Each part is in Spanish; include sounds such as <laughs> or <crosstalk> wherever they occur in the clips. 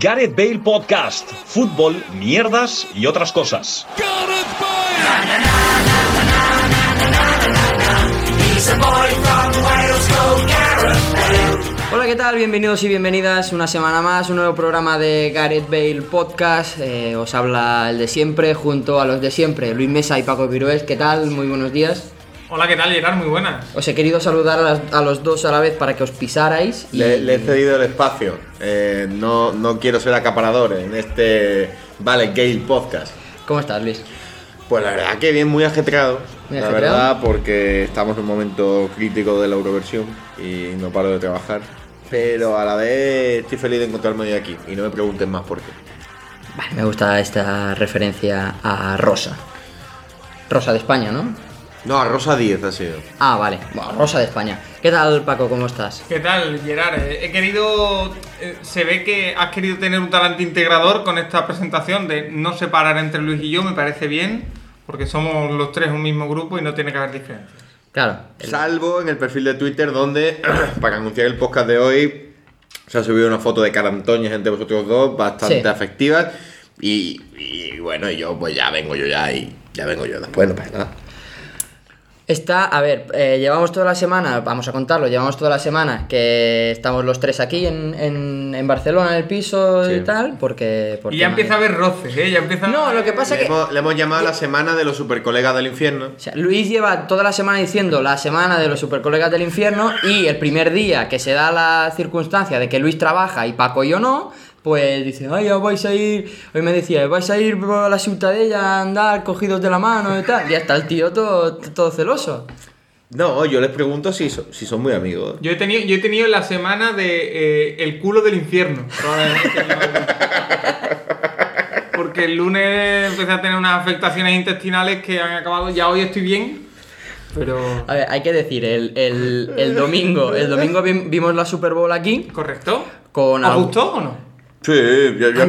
Gareth Bale Podcast, fútbol, mierdas y otras cosas. Hola, ¿qué tal? Bienvenidos y bienvenidas una semana más, un nuevo programa de Gareth Bale Podcast. Eh, os habla el de siempre, junto a los de siempre, Luis Mesa y Paco Pirués. ¿Qué tal? Muy buenos días. Hola, ¿qué tal, Gerard? Muy buenas. Os he querido saludar a, las- a los dos a la vez para que os pisarais. y- Le, le he cedido el espacio. Eh, no, no quiero ser acaparador en este Vale Gale Podcast. ¿Cómo estás, Luis? Pues la verdad que bien, muy ajetreado. Muy la ajetreado. verdad, porque estamos en un momento crítico de la Euroversión y no paro de trabajar. Pero a la vez estoy feliz de encontrarme hoy aquí y no me pregunten más por qué. Vale, me gusta esta referencia a Rosa. Rosa de España, ¿no? No, a Rosa 10 ha sido. Ah, vale. Bueno, Rosa de España. ¿Qué tal, Paco? ¿Cómo estás? ¿Qué tal, Gerard? Eh, He querido. eh, Se ve que has querido tener un talante integrador con esta presentación de no separar entre Luis y yo, me parece bien, porque somos los tres un mismo grupo y no tiene que haber diferencias. Claro. Salvo en el perfil de Twitter donde, <clears throat> para anunciar el podcast de hoy, se ha subido una foto de cara Antoñez entre vosotros dos, bastante Sí. afectivas. Y, y bueno, y yo pues ya vengo yo ya y ya vengo yo después, no pasa nada. Está, a ver, eh, llevamos toda la semana, vamos a contarlo, llevamos toda la semana que estamos los tres aquí en, en- en Barcelona, en el piso y Sí. tal, porque... por Y ya tema empieza a de- haber roces, ¿eh? Ya empieza No, lo que pasa Le que- hemos, le hemos llamado la semana de los supercolegas del infierno. O sea, Luis lleva toda la semana diciendo la semana de los supercolegas del infierno y el primer día que se da la circunstancia de que Luis trabaja y Paco y yo no, pues dice, ay, os vais a ir, hoy me decía, vais a ir a la ciutadella a andar cogidos de la mano y tal, y ya está el tío todo, todo celoso. No, yo les pregunto si, so- si son muy amigos. Yo he tenido, yo he tenido la semana de eh, el culo del infierno. probablemente no. Porque el lunes empecé a tener unas afectaciones intestinales que han acabado. Ya hoy estoy bien, pero. A ver, hay que decir, el, el- el domingo, el domingo vi- vimos la Super Bowl aquí ¿Correcto? con ¿Os al- gustó o no? Sí, yo, yo-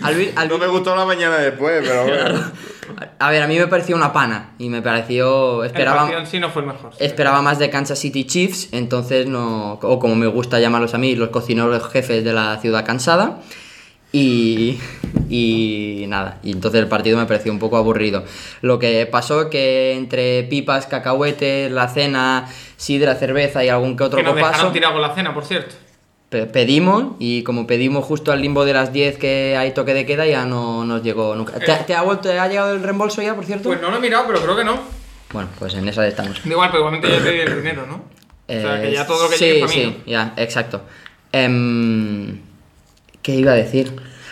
a Luis- <laughs> a no Luis- me gustó la mañana después, <laughs> pero bueno. a ver, a mí me pareció una pana y me pareció El esperaba partido en sí no fue el mejor. sí. esperaba más de Kansas City Chiefs, entonces no o como me gusta llamarlos a mí, los cocineros jefes de la ciudad cansada. Y, y nada, y entonces el partido me pareció un poco aburrido. Lo que pasó que entre pipas, cacahuetes, la cena, sidra, cerveza y algún que otro Que nos copazo- dejaron tirado con la cena, por cierto. Pe- Pedimos y como pedimos justo al limbo de las 10 que hay toque de queda ya no nos llegó nunca. ¿Te, te ha vuelto, te ha llegado el reembolso ya, por cierto? Eh. Pues no lo he mirado, pero creo que no. Bueno, pues en esa estamos. Da igual, pero igualmente ya te di el dinero, ¿no? o sea, que Eh, ya todo lo que sí, llegue es para sí, mí. ¿no? ya, exacto. Em, ¿Qué iba a decir?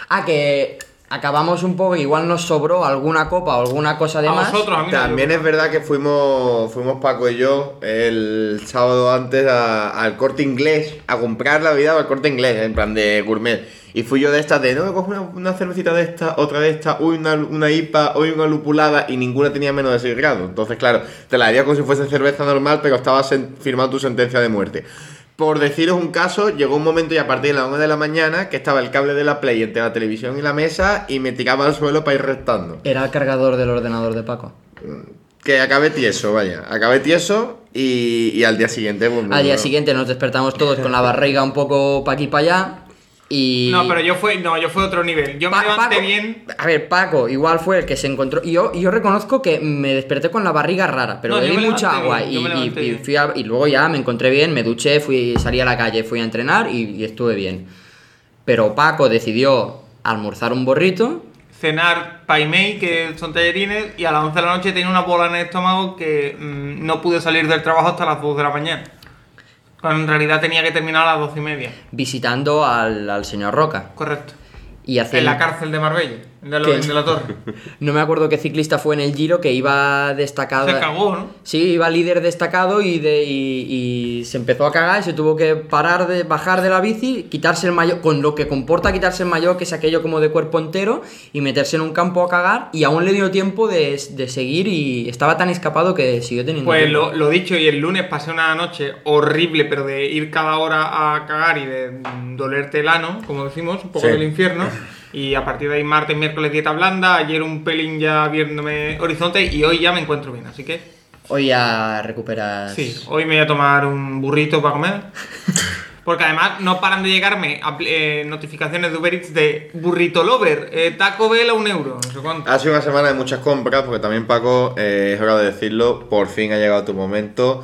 Ah, que acabamos un poco, igual nos sobró alguna copa o alguna cosa de A más. vosotros, a mí no, También es verdad que fuimos, fuimos Paco y yo el sábado antes a- al corte inglés, a comprar la vida al corte inglés, en plan de gourmet. Y fui yo de estas de, no, me cojo una, una cervecita de esta, otra de esta, hoy una, una IPA, hoy una lupulada, y ninguna tenía menos de 6 grados. Entonces, claro, te la haría como si fuese cerveza normal, pero estabas sen- firmando tu sentencia de muerte. Por deciros un caso, llegó un momento y a partir de las 1 de la mañana que estaba el cable de la Play entre la televisión y la mesa y me tiraba al suelo para ir restando. Era el cargador del ordenador de Paco. Que acabé tieso, vaya. Acabé tieso y, y al día siguiente, pues, Al día no. siguiente nos despertamos todos con la barriga un poco pa' aquí pa' allá. Y... No, pero yo fue, no, yo fue otro nivel. Yo me Pa- levanté Paco- bien. A ver, Paco igual fue el que se encontró. y Yo, yo reconozco que me desperté con la barriga rara, pero No, yo bebí me mucha levanté agua bien, y, yo me y- levanté y bien. fui a- y luego ya me encontré bien, me duché, fui, salí a la calle, fui a entrenar y, y estuve bien. Pero Paco decidió almorzar un borrito. Cenar paimei, que son tallerines, y a las 11 de la noche tenía una bola en el estómago que mm, no pude salir del trabajo hasta las 2 de la mañana. Cuando en realidad tenía que terminar a las 12 y media. visitando al, al señor Roca. Correcto. Y haciendo... En la cárcel de Marbella, en la, ¿Qué? en la torre. <laughs> No me acuerdo qué ciclista fue en el giro que iba destacado. Se cagó, ¿no? Sí, iba líder destacado y, de, y, y se empezó a cagar y se tuvo que parar de bajar de la bici, quitarse el mayor, con lo que comporta quitarse el mayor, que es aquello como de cuerpo entero, y meterse en un campo a cagar. Y aún le dio tiempo de, de seguir y estaba tan escapado que siguió teniendo. Pues tiempo. lo, lo dicho, y el lunes pasé una noche horrible, pero de ir cada hora a cagar y de mm, dolerte el ano, como decimos, un poco Sí. del infierno. Y a partir de ahí, martes, miércoles, dieta blanda. Ayer un pelín ya viéndome horizonte y hoy ya me encuentro bien. Así que, Hoy ya recuperas. sí, hoy me voy a tomar un burrito para comer. Porque además no paran de llegarme apl- eh, notificaciones de Uber Eats de burrito lover, eh, Taco Bell a un euro, no sé cuánto. Ha sido una semana de muchas compras, porque también Paco, eh, es hora de decirlo, por fin ha llegado tu momento.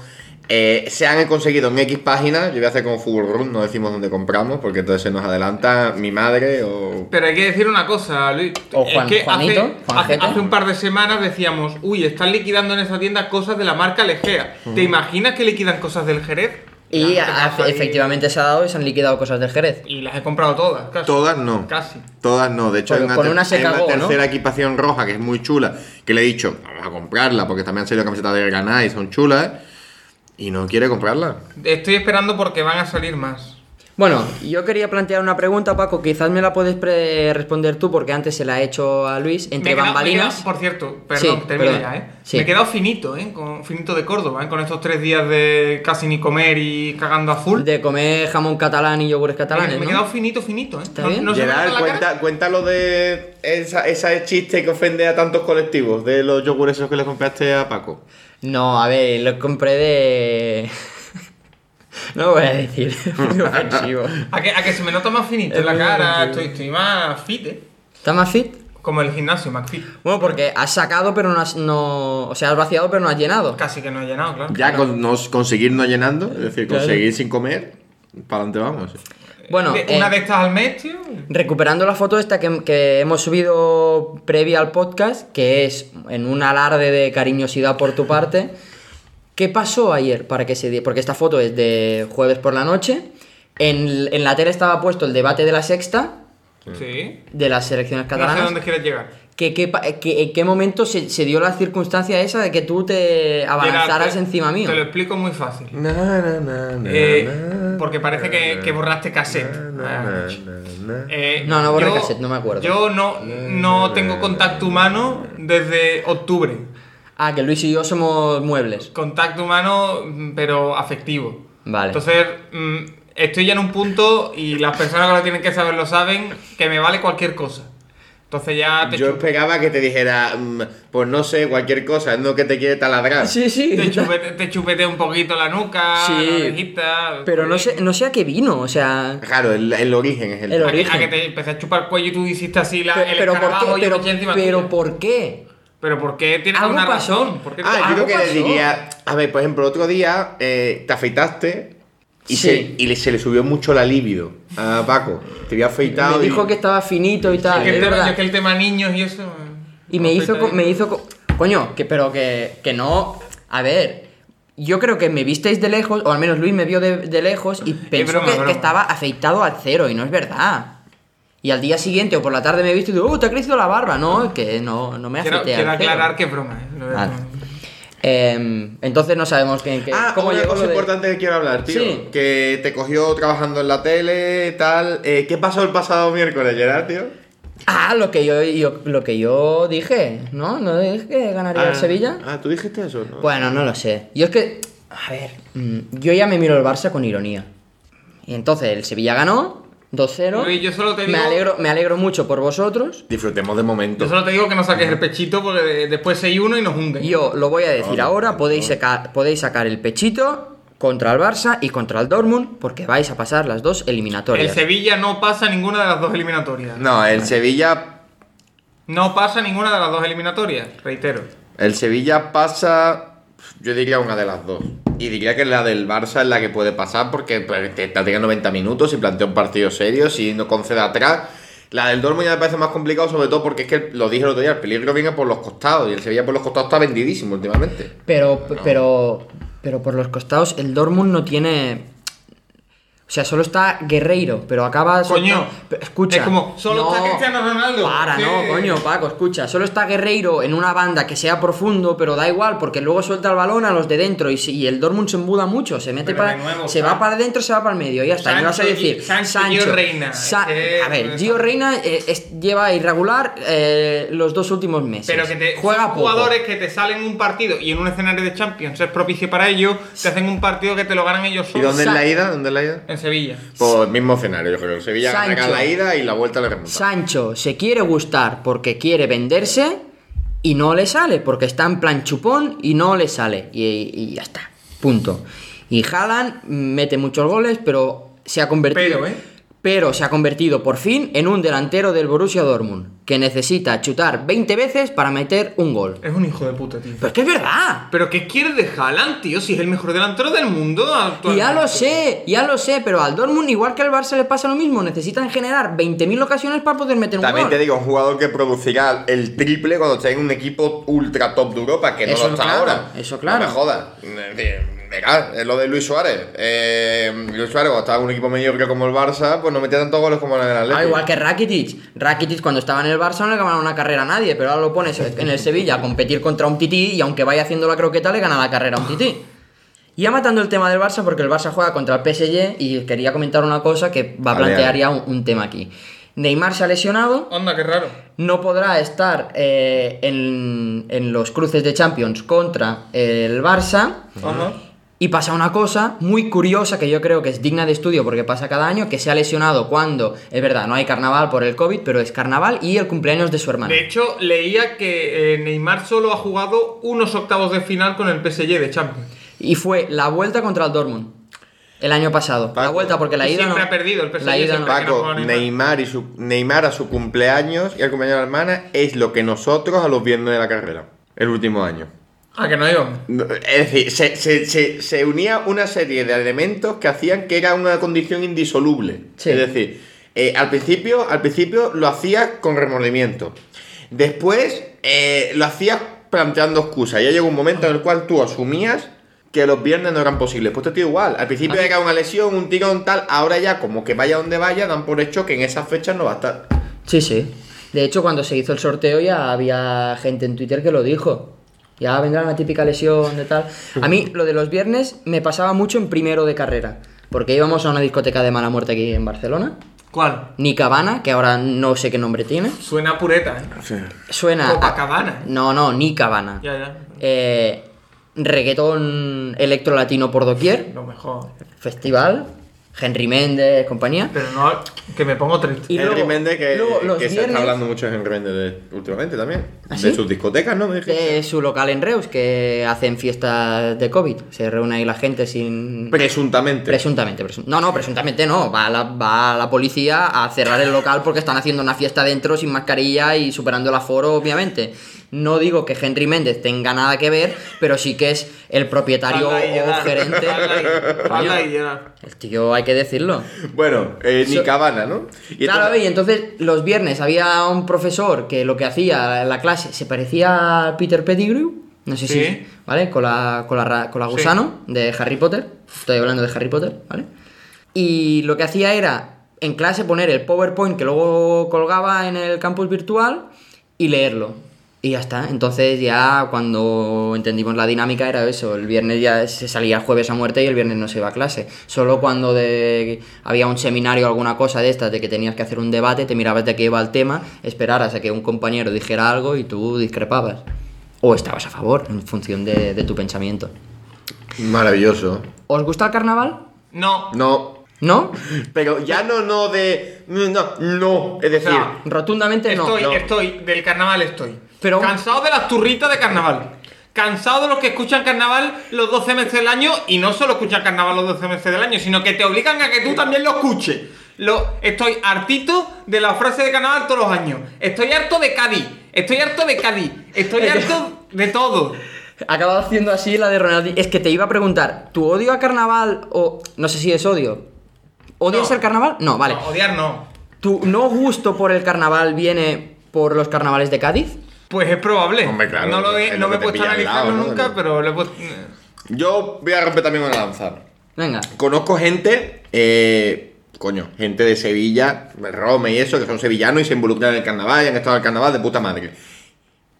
Eh, se han conseguido en X páginas, yo voy a hacer como Full Run, no decimos dónde compramos, porque entonces se nos adelanta mi madre o... Pero hay que decir una cosa, Luis. O Es Juan- que hace- Juanito, hace, Juanjete. hace un par de semanas decíamos, uy, están liquidando en esa tienda cosas de la marca Legea. ¿Te imaginas que liquidan cosas del Jerez? Y Ya, te ha- paso ahí. efectivamente se ha dado y se han liquidado cosas del Jerez. Y las he comprado todas, casi. Todas no. Casi. Todas no. De hecho, Con- hay una, con ter- una se hay una cagó, ¿no? tercera equipación roja que es muy chula. Que le he dicho, vamos a comprarla, porque también han salido camisetas de Granada y son chulas. ¿eh? Y no quiere comprarla. Estoy esperando porque van a salir más. Bueno, yo quería plantear una pregunta, Paco. Quizás me la puedes pre- responder tú porque antes se la he hecho a Luis. Me Entre he quedado- bambalinas. me he quedado- por cierto, perdón, Sí, termino perdón. ya, ¿eh? Sí. Me he quedado finito, ¿eh? Con, finito de Córdoba, ¿eh? Con estos tres días de casi ni comer y cagando a full. De comer jamón catalán y yogures me, catalanes, me he ¿no? quedado finito, finito, ¿eh? Está bien. se me nota Gerard, la cara? cuenta, cuenta lo de esa, esa chiste que ofende a tantos colectivos, de los yogures esos que le compraste a Paco. No, a ver, los compré de. <laughs> no lo voy a decir, <laughs> es muy ofensivo. ¿A que, a que se me nota más finito Es en la muy cara, ofensivo. estoy, estoy más fit, ¿eh? ¿Está más fit? Como el gimnasio, más fit. Bueno, porque has sacado pero no has. No... O sea, has vaciado pero no has llenado. Casi que no he llenado, claro. Ya con nos- conseguir no llenando, es decir, Claro. conseguir sin comer, para adelante vamos. Bueno, De- una eh, de estas al mes, tío. Recuperando la foto esta que, que hemos subido previa al podcast, que es en un alarde de cariñosidad por tu parte, ¿qué pasó ayer para que se die- Porque esta foto es de jueves por la noche, en, l- en la tele estaba puesto el debate de la sexta, Sí. de las selecciones No sé dónde catalanas. quieres llegar. que- que pa- que- ¿En qué momento se, se dio la circunstancia esa de que tú te abalanzaras Gerard, te- encima mío? Te lo explico muy fácil. Na, na, na, na, Eh, na, porque parece que, que borraste cassette. na, Ah, na, na, na. Eh, No, no borré yo- cassette, no me acuerdo. Yo no, no tengo contacto humano desde octubre. Ah, que Luis y yo somos <laughs> muebles. Contacto humano, mm, pero afectivo. Vale. Entonces, mm, estoy ya en un punto y las personas que lo tienen que saber lo saben, que me vale cualquier cosa. Entonces ya te, Yo chu- esperaba que te dijera, mm, pues no sé, cualquier cosa, no que te quiere taladrar. Sí, sí. <laughs> te <laughs> chupete, te chupete un poquito la nuca, Sí. la orejita. pues, Pero no sé, no sé a qué vino, o sea... Claro, el, el origen es el. El A que, origen. a que te empecé a chupar el cuello y tú hiciste así la, Pe- el pero, ¿por escarabajo qué? y yo Pero, me eché encima pero tuya. ¿por qué? Pero ¿por qué tienes Algo una pasó. razón? ¿Por qué Ah, yo creo Algo que le pasó. diría, a ver, por ejemplo, otro día eh, te afeitaste y, Sí. se, y le- se le subió mucho la libido a Paco. Te había afeitado. Me y- dijo que estaba finito y tal, Es que, es el tema, verdad. es que el tema niños y eso. Y me hizo, co- afecta me ahí. hizo, co- coño, que, pero que, que no, a ver, yo creo que me visteis de lejos, o al menos Luis me vio de, de lejos y pensó broma, que, broma. que estaba afeitado al cero y no es verdad. Y al día siguiente o por la tarde me viste y digo, "Uh, te ha crecido la barba, no, es que no, no me Quiero, afeité quiero al cero. aclarar que es broma. ¿eh? Lo de- Vale. Em, entonces no sabemos qué, qué- Ah, cómo una llegó cosa lo de- importante que quiero hablar, tío. Sí. Que te cogió trabajando en la tele, tal. Eh, ¿Qué pasó el pasado miércoles, Gerard, tío? Ah, lo que yo, yo- lo que yo dije, ¿no? No dije que ganaría el Sevilla. Pues- Ah, ¿tú dijiste eso? No? Bueno, no lo sé. Yo es que, a ver, mm, yo ya me miro el Barça con ironía. Y entonces el Sevilla ganó 2-0. Luis, yo solo te me digo- alegro, me alegro mucho por vosotros. Disfrutemos de momento. Yo solo te digo que no saques el pechito porque de- después 6-1 y nos hunde. Yo lo voy a decir No, ahora, no. podéis sacar, podéis sacar el pechito contra el Barça y contra el Dortmund porque vais a pasar las dos el eliminatorias. Sevilla no pasa ninguna de las dos eliminatorias. No. No, el Sevilla. pasa ninguna de las dos eliminatorias, reitero. El Sevilla pasa. Yo diría una de las dos. Y diría que la del Barça es la que puede pasar porque pues, te te tiene 90 minutos y plantea un partido serio, si no concede atrás. La del Dortmund ya me parece más complicado, sobre todo porque es que lo dije el otro día, el peligro viene por los costados y el Sevilla por los costados está vendidísimo últimamente. Pero, pero, pero por los costados, el Dortmund no tiene. O sea, solo está Guerreiro, pero acaba. Coño, pe- escucha. es como, solo está Cristiano Ronaldo. Para, Sí. no, coño, Paco, escucha. Solo está Guerreiro en una banda que sea profundo, pero da igual, porque luego suelta el balón a los de dentro y, si- y el Dortmund se embuda mucho. Se mete Pero de para. nuevo, se Sancho. va para adentro, se va para el medio. Y ya está, y no lo sé Sancho y- decir. Sancho y Gio Reina, Sa- es que- a ver, Gio Reina eh, es- lleva irregular eh, los dos últimos meses. Pero que te Juega son poco. jugadores que te salen un partido y en un escenario de Champions es propicio para ellos, te hacen un partido que te lo ganan ellos ¿Y solos dónde es la ida? ¿Dónde es la ida? en Sevilla. Pues mismo escenario, yo creo. El Sevilla gana Sancho. la ida y la vuelta le remonta. Sancho se quiere gustar porque quiere venderse y no le sale, porque está en plan chupón y no le sale. Y, y ya está, punto. Y Haaland mete muchos goles, pero se ha convertido. Pero, ¿eh? pero se ha convertido por fin en un delantero del Borussia Dortmund, que necesita chutar 20 veces para meter un gol. Es un hijo de puta, tío. Pero es que es verdad. ¿Pero qué quiere de Haaland, tío? Si es el mejor delantero del mundo Y actualmente. ya lo sé, ya lo sé, pero al Dortmund, igual que al Barça, le pasa lo mismo. Necesitan generar 20.000 ocasiones para poder meter un También gol. te digo, un jugador que producirá el triple cuando esté en un equipo ultra top de Europa, que no Eso lo está claro, ahora. eso claro. No me jodas. Eh, eh, Mira, es lo de Luis Suárez. Eh, Luis Suárez, cuando estaba en un equipo mediocre como el Barça, pues no metía tantos goles como en el Atlético. Ah, igual que Rakitic. Rakitic cuando estaba en el Barça no le ganaba una carrera a nadie, pero ahora lo pones en el Sevilla a competir contra un tití y aunque vaya haciendo la croqueta le gana la carrera a un tití. Y ya matando el tema del Barça, porque el Barça juega contra el PSG y quería comentar una cosa que va a Vale, plantear vale. ya un, un tema aquí. Neymar se ha lesionado, Onda, qué raro. no podrá estar eh, en, en los cruces de Champions contra el Barça. Ajá. Y pasa una cosa muy curiosa que yo creo que es digna de estudio porque pasa cada año, que se ha lesionado cuando, es verdad, no hay carnaval por el COVID, pero es carnaval y el cumpleaños de su hermano. De hecho, leía que eh, Neymar solo ha jugado unos octavos de final con el PSG de Champions. Y fue la vuelta contra el Dortmund el año pasado. la Paco. vuelta porque la Y ida siempre no- ha perdido, el PSG la ida no. siempre ha que no Paco, juega Neymar. Neymar, y su, Neymar a su cumpleaños y al cumpleaños de la hermana es lo que nosotros a los viernes de la carrera, el último año. Ah, que no iba. No, Es decir, se, se- se- se unía una serie de elementos que hacían que era una condición indisoluble. Sí. Es decir, eh, al, principio, al principio lo hacías con remordimiento. Después eh, lo hacías planteando excusas. Ya llegó un momento en el cual tú asumías que los viernes no eran posibles. Pues te digo igual. Al principio era una lesión, un tirón tal. Ahora ya, como que vaya donde vaya, dan por hecho que en esas fechas no va a estar. Sí, sí. De hecho, cuando se hizo el sorteo ya había gente en Twitter que lo dijo. Ya vendrá una típica lesión de tal. A mí lo de los viernes me pasaba mucho en primero de carrera, porque íbamos a una discoteca de mala muerte aquí en Barcelona. ¿Cuál? Nicabana, que ahora no sé qué nombre tiene. Suena a pureta, ¿eh? Suena. a- Copacabana. No, no, Nicabana. Ya, ya. Eh, reggaetón electro latino por doquier. Lo mejor. Festival. Henry Méndez, compañía. Pero no, que me pongo triste. Y Henry luego- Méndez, que, luego los que se viernes- está hablando mucho de Henry Méndez de- últimamente también. ¿Ah, sí? De sus discotecas, ¿no? Me dijiste. De su local en Reus, que hacen fiestas de COVID. Se reúne ahí la gente sin. Presuntamente. Presuntamente, presun- no, no, presuntamente no. Va la, va la policía a cerrar el local porque están haciendo una fiesta dentro sin mascarilla y superando el aforo, obviamente. No digo que Henry Méndez tenga nada que ver, pero sí que es el propietario Hazla ahí, o Gerard. gerente. Hazla ahí, hazla ahí, Coño, Gerard. el tío hay que decirlo. bueno, eh, ni So- cabana, ¿no? Y claro, entonces- y entonces los viernes había un profesor que lo que hacía en la clase se parecía a Peter Pettigrew, no sé Sí. si, ¿vale? Con la, con la, ra- con la Sí. gusano de Harry Potter, estoy hablando de Harry Potter, ¿vale? Y lo que hacía era en clase poner el PowerPoint que luego colgaba en el campus virtual y leerlo. Y ya está. Entonces ya cuando entendimos la dinámica era eso. El viernes ya se salía jueves a muerte y el viernes no se iba a clase. Solo cuando de- había un seminario o alguna cosa de estas de que tenías que hacer un debate, te mirabas de qué iba el tema, esperaras a que un compañero dijera algo y tú discrepabas. O estabas a favor en función de, de tu pensamiento. Maravilloso. ¿Os gusta el carnaval? No. No. ¿No? Pero ya no, no de. No, no. Es decir, No. Rotundamente no. Estoy, no. estoy, del carnaval estoy. Pero- Cansado de las turritas de carnaval. Cansado de los que escuchan carnaval los 12 meses del año y no solo escuchan carnaval los 12 meses del año, sino que te obligan a que tú también lo escuches. Lo, estoy hartito de la frase de carnaval todos los años. Estoy harto de Cádiz. Estoy harto de Cádiz. Estoy harto de todo. Acabado haciendo así la de Ronaldinho. Es que te iba a preguntar, ¿tu odio a carnaval o no sé si es odio? ¿Odias No. el carnaval? No, vale. No, odiar no. ¿Tu no gusto por el carnaval viene por los carnavales de Cádiz? Pues es probable. Hombre, claro, no lo he- es lo no me he que te puesto a pilla al lado, analizarlo ¿no? nunca, pero lo he puesto. yo voy a romper también una lanza. Venga. Conozco gente. eh, coño, gente de Sevilla, Rome y eso, que son sevillanos y se involucran en el carnaval y han estado en el carnaval de puta madre.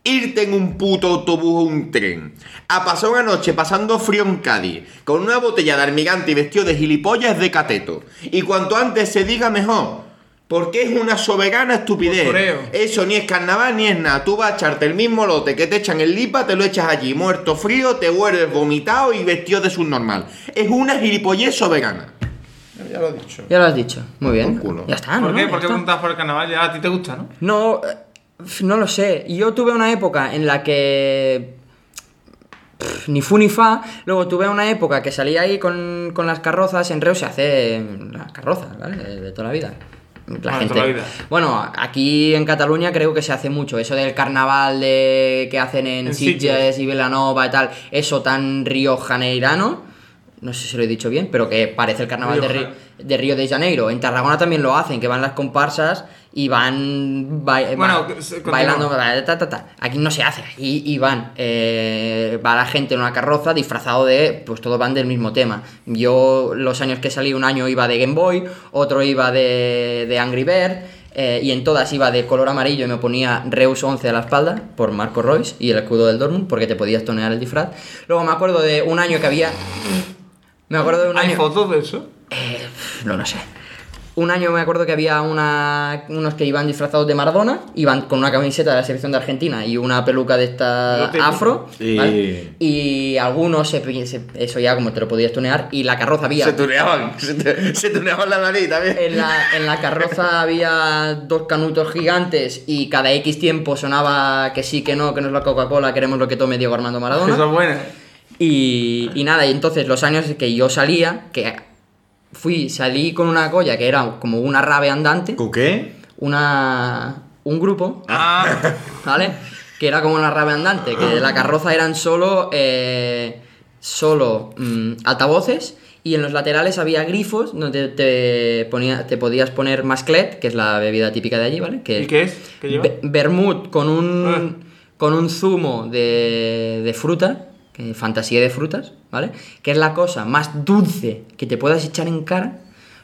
Irte en un puto autobús o un tren, a pasar una noche pasando frío en Cádiz, con una botella de almirante y vestido de gilipollas es de cateto. Y cuanto antes se diga mejor, porque es una soberana estupidez. Postureo. Eso ni es carnaval ni es nada. Tú vas a echarte el mismo lote que te echan en Lipa, te lo echas allí, muerto frío, te vuelves vomitado y vestido de subnormal. Es una gilipollez soberana. Ya lo he dicho. Ya lo has dicho. Muy bien. Por culo. Ya está, ¿Por Ah, ¿no? Ya qué? ¿Por qué está. preguntabas por el carnaval? Ya a ti te gusta, ¿no? No, eh, no lo sé. Yo tuve una época en la que pff, ni fu ni fa. Luego tuve una época que salía ahí con, con las carrozas, en Reus se hace las carrozas, ¿vale? De, de toda la vida. La Bueno, gente, toda la vida. bueno, aquí en Cataluña creo que se hace mucho eso del carnaval de, que hacen en, En Sitges Sitges. y Velanova y tal, eso tan riojaneirano, no sé si lo he dicho bien, pero que parece el carnaval de, Ri- Rioja. de Río de Janeiro. En Tarragona también lo hacen, que van las comparsas y van bai- Bueno, ba- se- bailando. continúa. ba- ta, ta, ta. Aquí no se hace, aquí y van. eh, va la gente en una carroza disfrazado de. Pues todos van del mismo tema. Yo, los años que salí, un año iba de Game Boy, otro iba de, de Angry Bird. eh, y en todas iba de color amarillo y me ponía Reus 11 a la espalda por Marco Royce y el escudo del Dortmund porque te podías tonear el disfraz. Luego me acuerdo de un año que había... Me acuerdo de un ¿Hay año... fotos de eso? No lo sé. Un año me acuerdo que había una, unos que iban disfrazados de Maradona, iban con una camiseta de la selección de Argentina y una peluca de esta Lo típico. afro. Sí. ¿vale? Y algunos, se, pi- se- eso ya como te lo podías tunear, y la carroza había. Se tuneaban, se, tu- se tuneaban la nariz también. En la, en <laughs> la carroza había dos canutos gigantes y cada X tiempo sonaba que sí, que no, que no es la Coca-Cola, queremos lo que tome Diego Armando Maradona. Eso es ¿eh? bueno. Y, y nada, y entonces los años que yo salía, que fui, salí con una colla que era como una rave andante, ¿Con qué? una un grupo, Ah, ¿vale? Que era como una rave andante, que de la carroza eran solo, eh, solo mm, altavoces y en los laterales había grifos donde te, ponía, te podías poner masclet, que es la bebida típica de allí, ¿vale? Que, ¿y qué es? ¿Qué lleva? Be- Vermut con un, Ah. con un zumo de, de fruta, que- fantasía de frutas, ¿vale? Que es la cosa más dulce que te puedas echar en cara,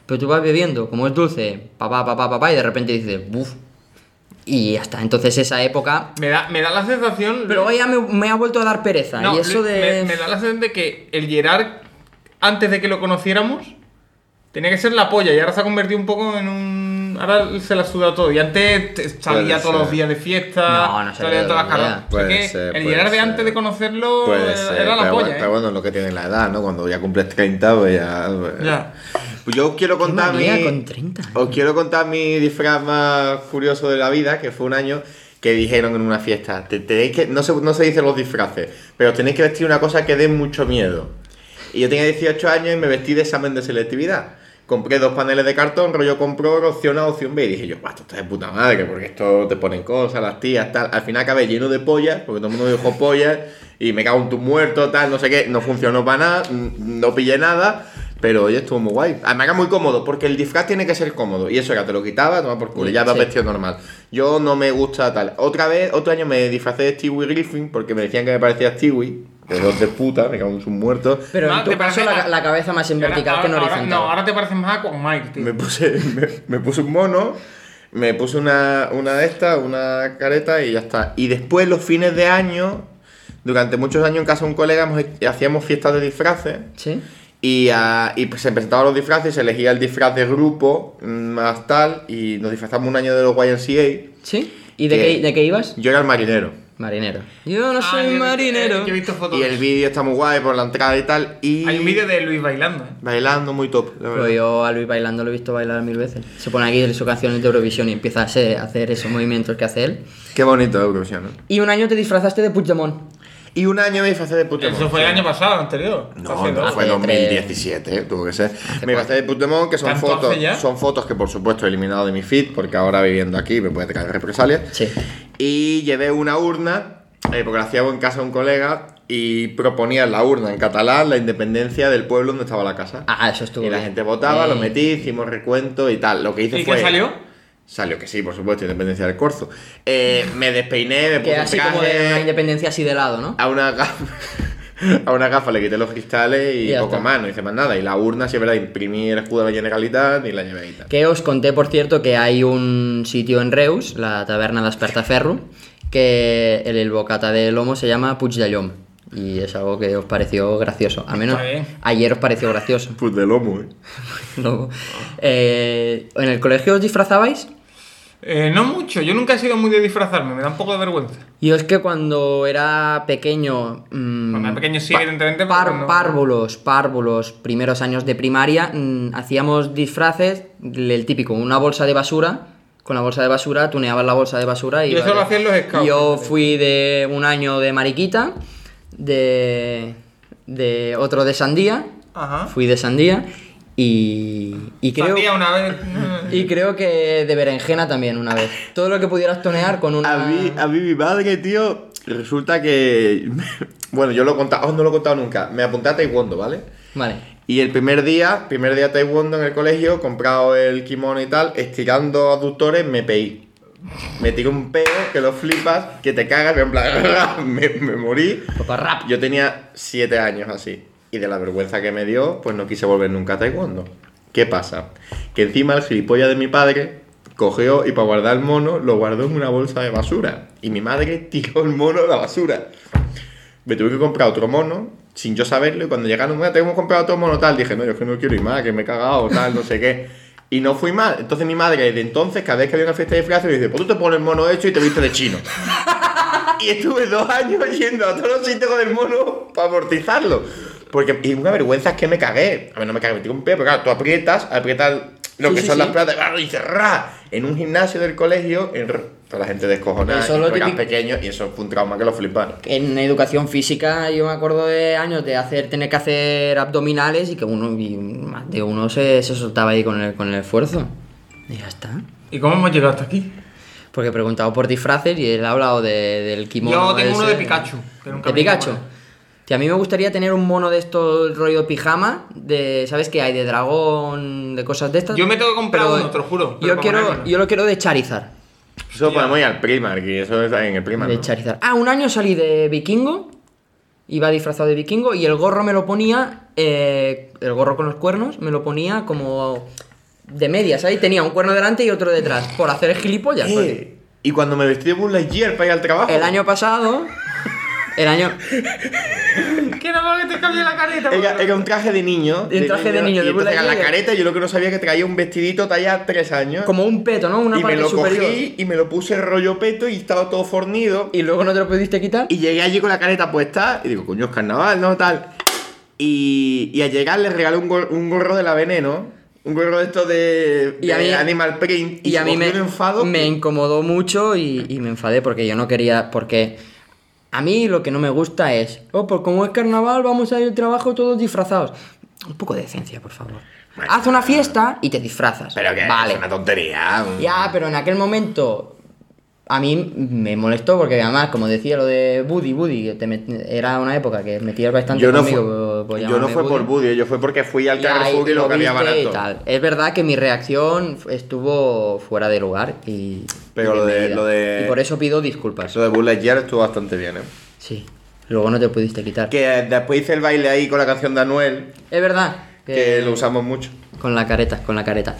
pero tú vas bebiendo, como es dulce, papá, papá, papá, y de repente dices, buf. Y ya está. Entonces esa época. Me da, me da la sensación. Pero hoy ya me, me ha vuelto a dar pereza. No, y eso le- de. me, me da la sensación de que el Gerard, antes de que lo conociéramos, tenía que ser la polla y ahora se ha convertido un poco en un. Ahora se la suda todo. Y antes te- salía Puede todos los ser. días de fiesta, No, no salía salía en todas las todos los caras. días. O sea Puede que ser, el puede Gerard de ser. antes de conocerlo Puede era, ser, era la pero polla. bueno, ¿eh? pero bueno, lo que tiene la edad, ¿no? Cuando ya cumples 30, pues ya. Ya. Pues yo os quiero Qué contar manía mi. con 30. ¿no? Os quiero contar mi disfraz más curioso de la vida, que fue un año que dijeron en una fiesta, "Te- tenéis que, no, se, no se dicen los disfraces, pero tenéis que vestir una cosa que dé mucho miedo. Y yo tenía 18 años y me vestí de examen de selectividad. Compré dos paneles de cartón, rollo compro opción A, opción B. Y dije yo, "Buah, esto está de puta madre, porque esto te ponen cosas, las tías, tal. Al final acabé lleno de pollas, porque todo el mundo me dijo pollas, y me cago en tu muerto, tal, no sé qué. No funcionó para nada, n- no pillé nada, pero oye, estuvo muy guay. Además era muy cómodo, porque el disfraz tiene que ser cómodo. Y eso era, te lo quitaba, toma por culo, y ya vas Sí. vestido normal. Yo no me gusta tal. Otra vez, otro año me disfracé de Stewie Griffin, porque me decían que me parecía Stewie. Que dos de puta, me cago en sus muertos. Pero No, en tu te caso parece la, la- la cabeza más en Ahora- vertical que en ahora- horizontal. no, ahora te pareces más a Quagmire, tío. me puse, <laughs> me, me puse un mono, me puse una, una de estas, una careta y ya está. Y después, los fines de año, durante muchos años en casa de un colega, hemos he- hacíamos fiestas de disfraces. ¿Sí? Y, ah, y pues se presentaban los disfraces, se elegía el disfraz de grupo, mm, más tal, y nos disfrazamos un año de los YMCA. ¿Sí? ¿Y de Que- qué, de qué ibas? Yo era el marinero. Marinero. Yo no Ah, soy yo he- marinero. Yo he visto fotos. Y el vídeo está muy guay por la entrada y tal. Y Hay un vídeo de Luis bailando. ¿eh? Bailando muy top. la Pero verdad. yo a Luis bailando lo he visto bailar mil veces. Se pone aquí su canción de Eurovisión y empieza a hacer, a hacer esos movimientos que hace él. Qué bonito eh, Eurovisión, ¿no? Y un año te disfrazaste de Puigdemont. Y un año me disfrazé de Puigdemont. Eso fue el año pasado, el anterior. No, Hace no, dos. fue Hace 2017, tuvo que ser. Me gasté de Puigdemont, que son ¿Tanto fotos, hace ya? son fotos que por supuesto he eliminado de mi feed, porque ahora viviendo aquí me puede traer represalias. Sí. Y llevé una urna, eh, porque la hacía en casa de un colega, y proponía en la urna en catalán la independencia del pueblo donde estaba la casa. Ah, eso estuvo y la bien. gente votaba, lo Eh, metí, hicimos recuento y tal. Lo que hice ¿Y fue. qué salió? Salió que sí, por supuesto, independencia del corzo. Eh, me despeiné, me puse Que un así como de traje, una independencia así de lado, ¿no? a una gafa. <laughs> A una gafa le quité los cristales y Ya poco está. más, no hice más nada. Y la urna, si es verdad, imprimí el escudo de la Generalitat y la llevé y tal. Que os conté, por cierto, que hay un sitio en Reus, la taberna de Aspertaferro, que el, el bocata de lomo se llama Puig de Llom. Y es algo que os pareció gracioso. Al menos Está bien. ayer os pareció gracioso. <laughs> Pues de lomo, eh. Luego, eh, ¿En el colegio os disfrazabais? Eh, no mucho, yo nunca he sido muy de disfrazarme, me da un poco de vergüenza. Yo es que cuando era pequeño. mm, Cuando era pequeño sí, evidentemente, pero par- cuando- Párvulos, párvulos, primeros años de primaria, mm, hacíamos disfraces, l- el típico, una bolsa de basura. Con la bolsa de basura, tuneabas la bolsa de basura y. Y eso lo hacían los scouts, Yo fíjate. fui de un año de mariquita. de, de otro de sandía. Ajá. Fui de sandía y, y creo... Sandía una vez. Y creo que de berenjena también una vez. Todo lo que pudieras tonear con una... A mí, a mí mi madre, tío, resulta que... <laughs> bueno, yo lo he contado, oh, no lo he contado nunca. Me apunté a taekwondo, ¿vale? Vale. Y el primer día, primer día taekwondo en el colegio, comprado el kimono y tal, estirando aductores, me peí. Me tiré un peo, que lo flipas, que te cagas, en plan, <laughs> me, me morí. Papá pues rap. Yo tenía 7 años así. Y de la vergüenza que me dio, pues no quise volver nunca a taekwondo. ¿Qué pasa? Que encima el gilipollas de mi padre cogió y para guardar el mono lo guardó en una bolsa de basura. Y mi madre <laughs> tiró el mono a la basura. Me tuve que comprar otro mono sin yo saberlo. Y cuando llegaron, "Mira, te hemos comprado otro mono tal, dije, no, yo es que no quiero ir más, que me he cagado, tal, no sé qué. Y no fui mal. Entonces mi madre, desde entonces, cada vez que había una fiesta de disfraces, me dice, pues tú te pones mono hecho y te viste de <laughs> chino. Y estuve dos años yendo a todos los sitios con el mono para amortizarlo. Porque y una vergüenza es que me cagué. A ver, no me cagué, me tiré un peo, pero claro, tú aprietas, aprietas lo Sí, que sí, son sí. las platas ¡ah! y cerrar en un gimnasio del colegio, en r- toda la gente descojonada, Eso es lo y colegas típico- pequeños, y eso fue un trauma que lo fliparon. En educación física yo me acuerdo de años de hacer tener que hacer abdominales y que uno y más de uno se, se soltaba ahí con el, con el esfuerzo. Y ya está. ¿Y cómo hemos llegado hasta aquí? Porque he preguntado por disfraces y él ha hablado de- del kimono. Yo tengo uno ese. de Pikachu, que nunca ¿De me Pikachu? llegó, ¿eh? Tío, a mí me gustaría tener un mono de estos rollo pijama, de, ¿sabes qué hay? De dragón, de cosas de estas. Yo me tengo que comprar Pero uno, te lo juro, pero Yo, para quiero, ponérmelo. yo lo quiero de Charizard. Eso ponemos ya al Primark, y eso es en el Primark. De ¿no? Charizard. Ah, un año salí de vikingo. Iba disfrazado de vikingo y el gorro me lo ponía. eh, el gorro con los cuernos me lo ponía como de medias. Ahí tenía un cuerno delante y otro detrás. Por hacer el gilipollas. porque- Eh, y cuando me vestí de Buzz Lightyear para ir al trabajo. El año pasado. El año. Que no que te cambie la careta. Era, porque- era un traje de niño. Un traje de niño, y de Buzz entonces era la Lightyear. careta, yo lo que no sabía que traía un vestidito talla 3 años. Como un peto, ¿no? Una y me parte lo superior. cogí y me lo puse rollo peto y estaba todo fornido. Y luego no te lo pudiste quitar. Y llegué allí con la careta puesta y digo, coño, es carnaval, ¿no? Tal. Y, y al llegar le regalé un, gor- un gorro de la veneno. Un gorro de estos de, Y a de mí- Animal Print. y se a mí cogió me, un enfado. me incomodó mucho y, y me enfadé porque yo no quería, porque a mí lo que no me gusta es, oh, pues como es carnaval vamos a ir al trabajo todos disfrazados. Un poco de decencia, por favor. Bueno. Haz una fiesta y te disfrazas. Pero que vale. es una tontería. un- Ya, pero en aquel momento a mí me molestó porque además, como decía lo de Buddy, Buddy, que te met- era una época que metías bastante Yo no, conmigo. fue, por- por yo no llamarme fue por Buddy. Buddy, yo fue porque fui al Y ahí Carrefour y lo que había viste y barato. tal. Es verdad que mi reacción estuvo fuera de lugar y. Pero y lo de- medida. lo de- Y por eso pido disculpas. Eso de Bullet Gear estuvo bastante bien, ¿eh? Sí. Luego no te pudiste quitar. Que después hice el baile ahí con la canción de Anuel, Es verdad. que, lo usamos mucho. Con la careta, con la careta.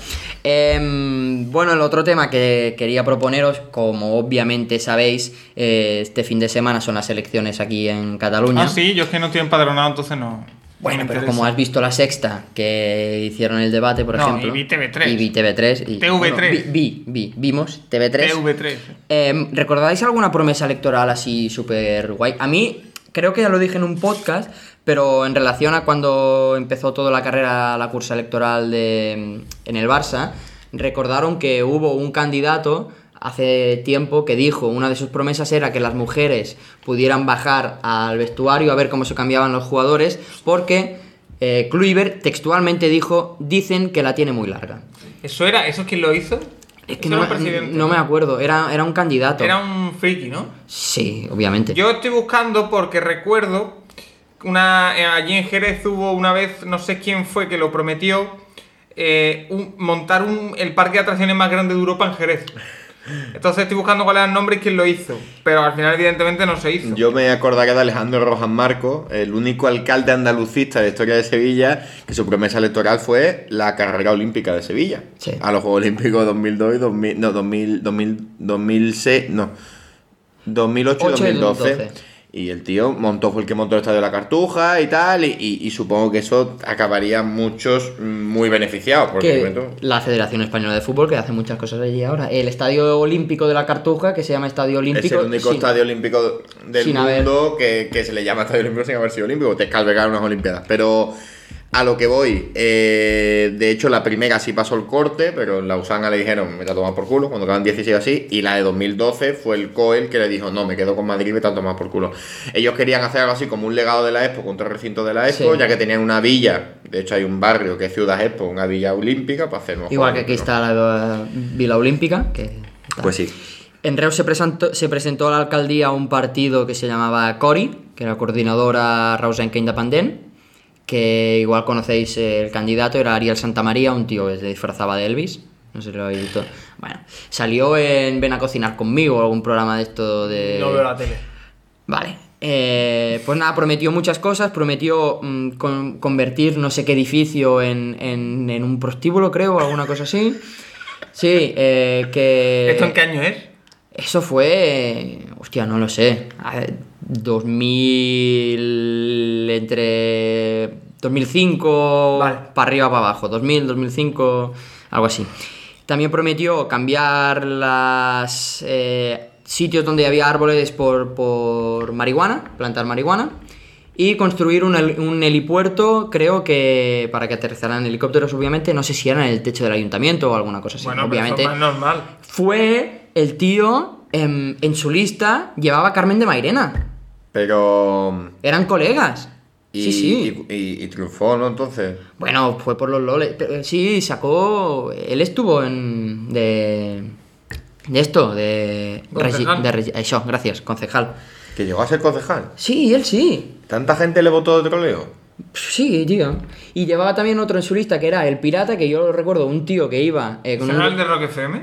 Em, bueno, el otro tema que quería proponeros, como obviamente sabéis, eh, este fin de semana son las elecciones aquí en Cataluña. Ah, sí, yo es que no estoy empadronado, entonces no. Bueno, no me pero interesa. como has visto la sexta, que hicieron el debate, por No, ejemplo. y vi TV3. Y vi TV3. y- TV3. bueno, vi, vi, vi- vimos TV3. TV3. Eh, ¿Recordáis alguna promesa electoral así súper guay? A mí, creo que ya lo dije en un podcast, pero en relación a cuando empezó toda la carrera, la cursa electoral de, em, en el Barça, recordaron que hubo un candidato hace tiempo que dijo, una de sus promesas era que las mujeres pudieran bajar al vestuario a ver cómo se cambiaban los jugadores, porque eh, Kluivert textualmente dijo, dicen que la tiene muy larga. Eso era, eso es quien lo hizo. Es que Eso no, era un me- presidente. no me acuerdo, era, era un candidato. Era un friki, ¿no? Sí, obviamente. Yo estoy buscando porque recuerdo una eh, allí en Jerez hubo una vez, no sé quién fue que lo prometió, eh, un- montar un- el parque de atracciones más grande de Europa <laughs> en Jerez. Entonces estoy buscando cuál era el nombre y quién lo hizo. Pero al final, evidentemente, no se hizo. Yo me acordaré de Alejandro Rojas Marco, el único alcalde andalucista de la historia de Sevilla, que su promesa electoral fue la carrera olímpica de Sevilla. Sí. A los Juegos Olímpicos 2002 y 2000, no, 2000, 2000, 2006, no, 2008 y Ocho y 2012. 2012. Y el tío montó, fue el que montó el estadio de la Cartuja y tal, y, y- y supongo que eso acabaría muchos mm, muy beneficiados. Porque de que momento- la Federación Española de Fútbol, que hace muchas cosas allí ahora. El Estadio Olímpico de la Cartuja, que se llama Estadio Olímpico. Es el único sin- estadio olímpico del sin haber- mundo que, que se le llama estadio olímpico sin haber sido olímpico. Te calvegaron unas olimpiadas. Pero A lo que voy, eh, de hecho la primera sí pasó el corte, pero en Lausana le dijeron, me la tomar por culo, cuando quedan 16 así, y la de 2012 fue el COEL que le dijo, no, me quedo con Madrid, me te a tomar por culo. Ellos querían hacer algo así como un legado de la Expo contra el recinto de la Expo, Sí. ya que tenían una villa, de hecho hay un barrio que es Ciudad Expo, una villa olímpica, para hacer unos Igual que Juegos aquí Olímpicos. está la eh, Vila Olímpica, que... está. Pues sí. En Reus se presentó, se presentó a la alcaldía un partido que se llamaba CORI, que era coordinadora Rausenca Independent, que igual conocéis eh, el candidato, era Ariel Santamaría, un tío que se disfrazaba de Elvis. No sé si lo habéis visto. Bueno, salió en Ven a cocinar conmigo, algún programa de esto de... No veo la tele. Vale. Eh, pues nada, prometió muchas cosas. Prometió mm, con- convertir no sé qué edificio en, en- en un prostíbulo, creo, o alguna cosa así. Sí, eh, que. ¿Esto en qué año es? Eso fue. Hostia, no lo sé. A ver, 2000. Entre. 2005. Vale. Para arriba, para abajo. 2000, 2005. Algo así. También prometió cambiar las. eh, sitios donde había árboles por, por marihuana. Plantar marihuana. Y construir un, hel- un helipuerto, creo que para que aterrizaran helicópteros, obviamente. No sé si era en el techo del ayuntamiento o alguna cosa así. bueno, pero eso obviamente es más normal. fue el tío em, en, su lista llevaba a Carmen de Mairena. Pero... Eran colegas. Y, sí, sí. Y, y- y triunfó, ¿no? Entonces... Bueno, fue por los loles. pero eh, sí, sacó. Él estuvo en. de. de esto, de. Concejal. regi- de regi- eso, gracias, concejal. Que llegó a ser concejal. Sí, él sí. ¿Tanta gente le votó de troleo? Sí, tío. Y llevaba también otro en su lista que era el pirata, que yo lo recuerdo, un tío que iba eh, con ¿Será un- el de Rock FM?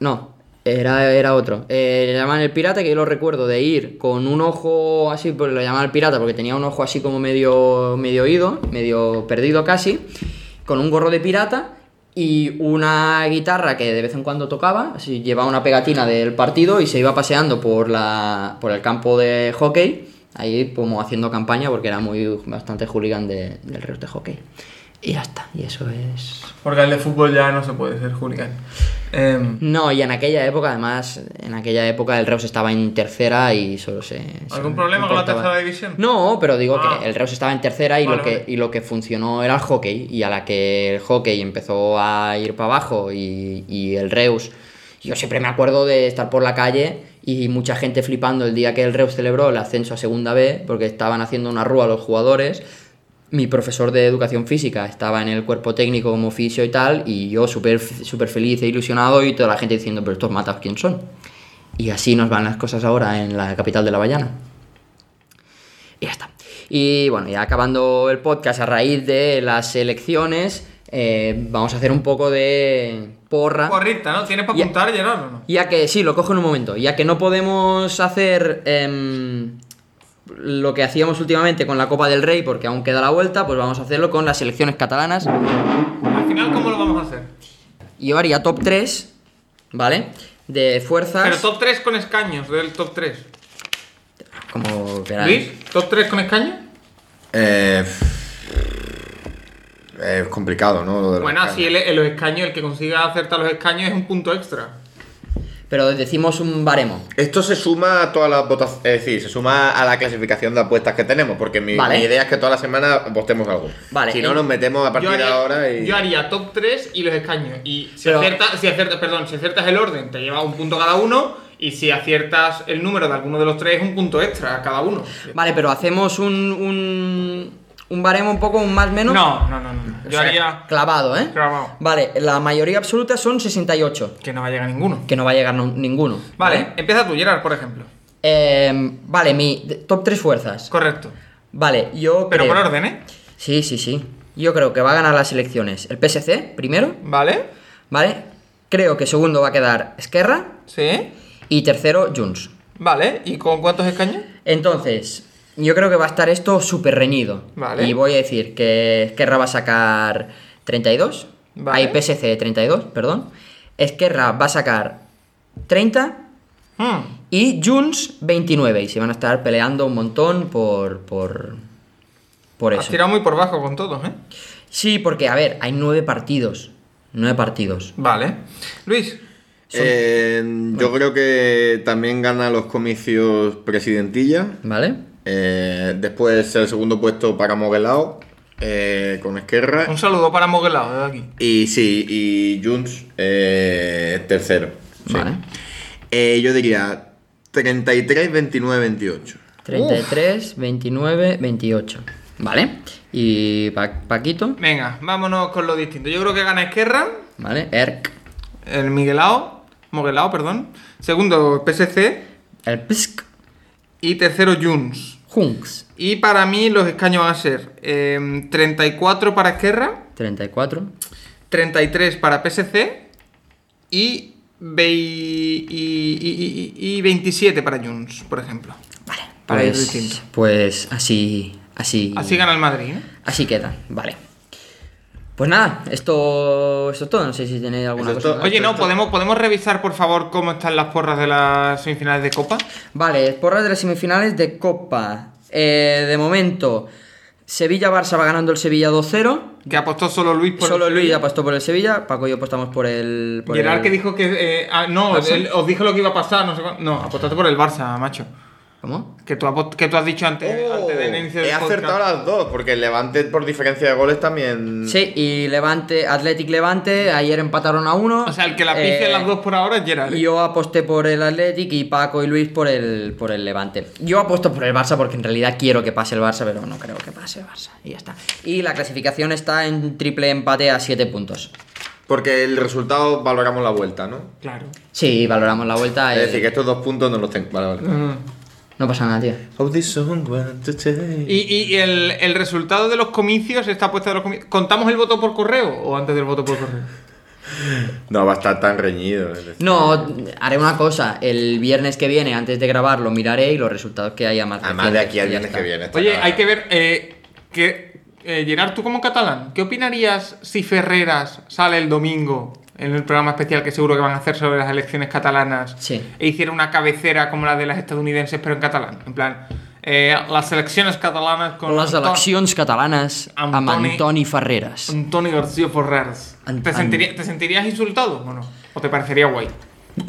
No, era, era otro. Eh, le llaman el pirata, que yo lo recuerdo de ir con un ojo así, pues lo llamaban el pirata porque tenía un ojo así como medio, medio oído, medio perdido casi, con un gorro de pirata y una guitarra que de vez en cuando tocaba, así, llevaba una pegatina del partido y se iba paseando por, la, por el campo de hockey, ahí como haciendo campaña porque era muy bastante hooligan de- del Reus de hockey. Y ya está, y eso es... Porque el de fútbol ya no se puede ser hooligan. Em, No, y en aquella época, además, en aquella época el Reus estaba en tercera y solo se. se ¿Algún problema con la importaba. tercera división? No, pero digo Ah. que el Reus estaba en tercera y, Vale, lo que, vale. y lo que funcionó era el hockey. Y a la que el hockey empezó a ir para abajo y, y el Reus. Yo siempre me acuerdo de estar por la calle y mucha gente flipando el día que el Reus celebró el ascenso a segunda B porque estaban haciendo una rúa los jugadores. Mi profesor de educación física estaba en el cuerpo técnico como fisio y tal, y yo súper súper feliz e ilusionado y toda la gente diciendo, pero estos matas, ¿quién son? Y así nos van las cosas ahora en la capital de la Bayana. Y ya está. Y bueno, ya acabando el podcast a raíz de las elecciones, eh, vamos a hacer un poco de porra. Correcta, ¿no? ¿Tienes para Ya. apuntar, Gerardo? No? Ya que, sí, lo cojo en un momento. Ya que no podemos hacer em, lo que hacíamos últimamente con la Copa del Rey, porque aún queda la vuelta, pues vamos a hacerlo con las selecciones catalanas. Al final, ¿cómo lo vamos a hacer? Yo haría top 3, ¿vale? De fuerzas. Pero top 3 con escaños, del top 3. Como queráis. Luis, top 3 con escaños. Eh, pff, Eh, es complicado, ¿no? Lo de los Bueno, escaños. si el, el- los escaños, el que consiga acertar los escaños es un punto extra. Pero decimos un baremo. Esto se suma a todas las votaciones, es decir, se suma a la clasificación de apuestas que tenemos, porque mi, Vale. mi idea es que toda la semana votemos algo. Vale, Si no, en- nos metemos a partir de ahora y... yo haría top 3 y los escaños. Y si Pero- aciertas, si aciertas, perdón, si aciertas el orden, te lleva un punto cada uno. Y si aciertas el número de alguno de los tres, un punto extra a cada uno. Vale, pero hacemos un. un, un baremo un poco un más menos. No, no, no, no. O Yo sea, haría Clavado, ¿eh? Clavado. Vale, la mayoría absoluta son 68, que no va a llegar ninguno. que no va a llegar no- ninguno. Vale, empieza tú, Gerard, por ejemplo. Em, vale, mi de- top 3 fuerzas. Correcto. Vale, yo Pero creo- por orden, ¿eh? Sí, sí, sí. Yo creo que va a ganar las elecciones el PSC primero, Vale. ¿vale? Creo que segundo va a quedar Esquerra Sí. y tercero Junts. Vale. ¿Y con cuántos escaños? Entonces, yo creo que va a estar esto súper reñido. Vale. Y voy a decir que Esquerra va a sacar 32. Vale. Hay PSC 32, perdón. Esquerra va a sacar 30 Hmm. y Junts 29. Y se van a estar peleando un montón por, por, por Has eso. tirado muy por bajo con todos, ¿eh? Sí, porque, a ver, hay nueve partidos. Nueve partidos. Vale. Luis. Eh, Yo creo que también gana los comicios presidentilla. ¿Vale? Eh, después el segundo puesto para Moguelao. eh, con Esquerra. Un saludo para Moguelao desde aquí. Y sí, y Junts eh, tercero. sí. Vale. Eh, yo diría 33, 29, 28. 33, 29, 28. Vale. Y Pa- Paquito, Venga, vámonos con lo distinto. Yo creo que gana Esquerra, ¿vale? ERC. el Miguelao, Moguelao, perdón. Segundo, PSC. El PSC. Y tercero, Junts. Junks. Y para mí los escaños van a ser em, 34 para Esquerra, 34. 33 para PSC y, vei- y- y- y- y 27 para Junts, por ejemplo. Vale. Para ir Pues, distinto. pues así. Así. Así gana el Madrid. ¿eh? Así queda. Vale. Pues nada, esto, esto es todo. No sé si tenéis alguna Eso es cosa. todo. más. Oye, no, ¿podemos, ¿podemos revisar por favor cómo están las porras de las semifinales de Copa? Vale, porras de las semifinales de Copa. Eh, de momento, Sevilla-Barça va ganando el Sevilla 2-0. Que apostó solo Luis por el Solo Luis Sevilla. apostó por el Sevilla, Paco y yo apostamos por el. Por Gerard el- que dijo que... eh, ah, no, él- os dije lo que iba a pasar, no sé cuán- No, apostaste por el Barça, macho. ¿Cómo? Que tú, apost- que tú has dicho antes, Eh, antes del inicio del Oh, He acertado podcast. las dos, porque el Levante por diferencia de goles Mm. también. Sí, y Levante, Athletic Levante, ayer empataron a uno. O sea, el que la pije Eh, las dos por ahora es Gerard. ¿eh? y Yo aposté por el Athletic y Paco y Luis por el, por el Levante. Yo apuesto por el Barça porque en realidad quiero que pase el Barça, pero no creo que pase el Barça. Y ya está. Y la clasificación está en triple empate a 7 puntos. Porque el resultado valoramos la vuelta, ¿no? Claro. Sí, valoramos la vuelta. Es eh, decir, que estos dos puntos no los tengo. Vale, vale. No pasa nada, tío. How this song went to take. Y, y el, el resultado de los comicios, esta apuesta de los comicios. ¿Contamos el voto por correo o antes del voto por correo? No va a estar tan reñido. es decir. No, haré una cosa. El viernes que viene, antes de grabar, lo miraré y los resultados que haya más. Además de recientes, aquí al y ya viernes está. que viene. está Oye, claro. hay que ver. eh, que, eh, Gerard, tú como catalán, ¿qué opinarías si Ferreras sale el domingo en el programa especial que seguro que van a hacer sobre las elecciones catalanas Sí. e hiciera una cabecera como la de las estadounidenses, pero en catalán? En plan, eh, las elecciones catalanas con Las Anton- elecciones catalanas a Antoni- Antoni Ferreras. Antoni García Ferreras. Ant- ¿Te, Ant- sentiría- ¿Te sentirías insultado o no? ¿O te parecería guay?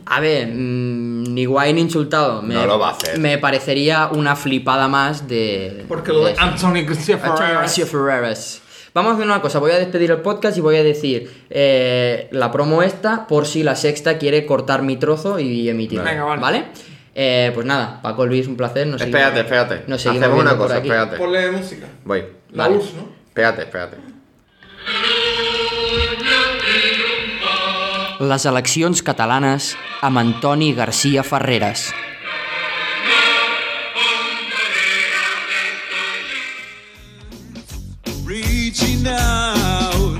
A ver, mm, ni guay ni insultado. Me, No lo va a hacer. Me parecería una flipada más de. Porque lo de de eso. Anthony García Antonio Ferreras. García Ferreras. Vamos a hacer una cosa, voy a despedir el podcast y voy a decir eh, la promo esta por si la sexta quiere cortar mi trozo y emitirlo. Venga, vale. Eh, pues nada, Paco Luis, un placer. Nos seguimos- Espérate, espérate. Nos seguimos Hacemos viendo una por cosa, aquí. espérate. Ponle música. Voy. La Vale. URSS, ¿no? Espérate, espérate. Les eleccions catalanes amb Antoni García Ferreras. Reaching out.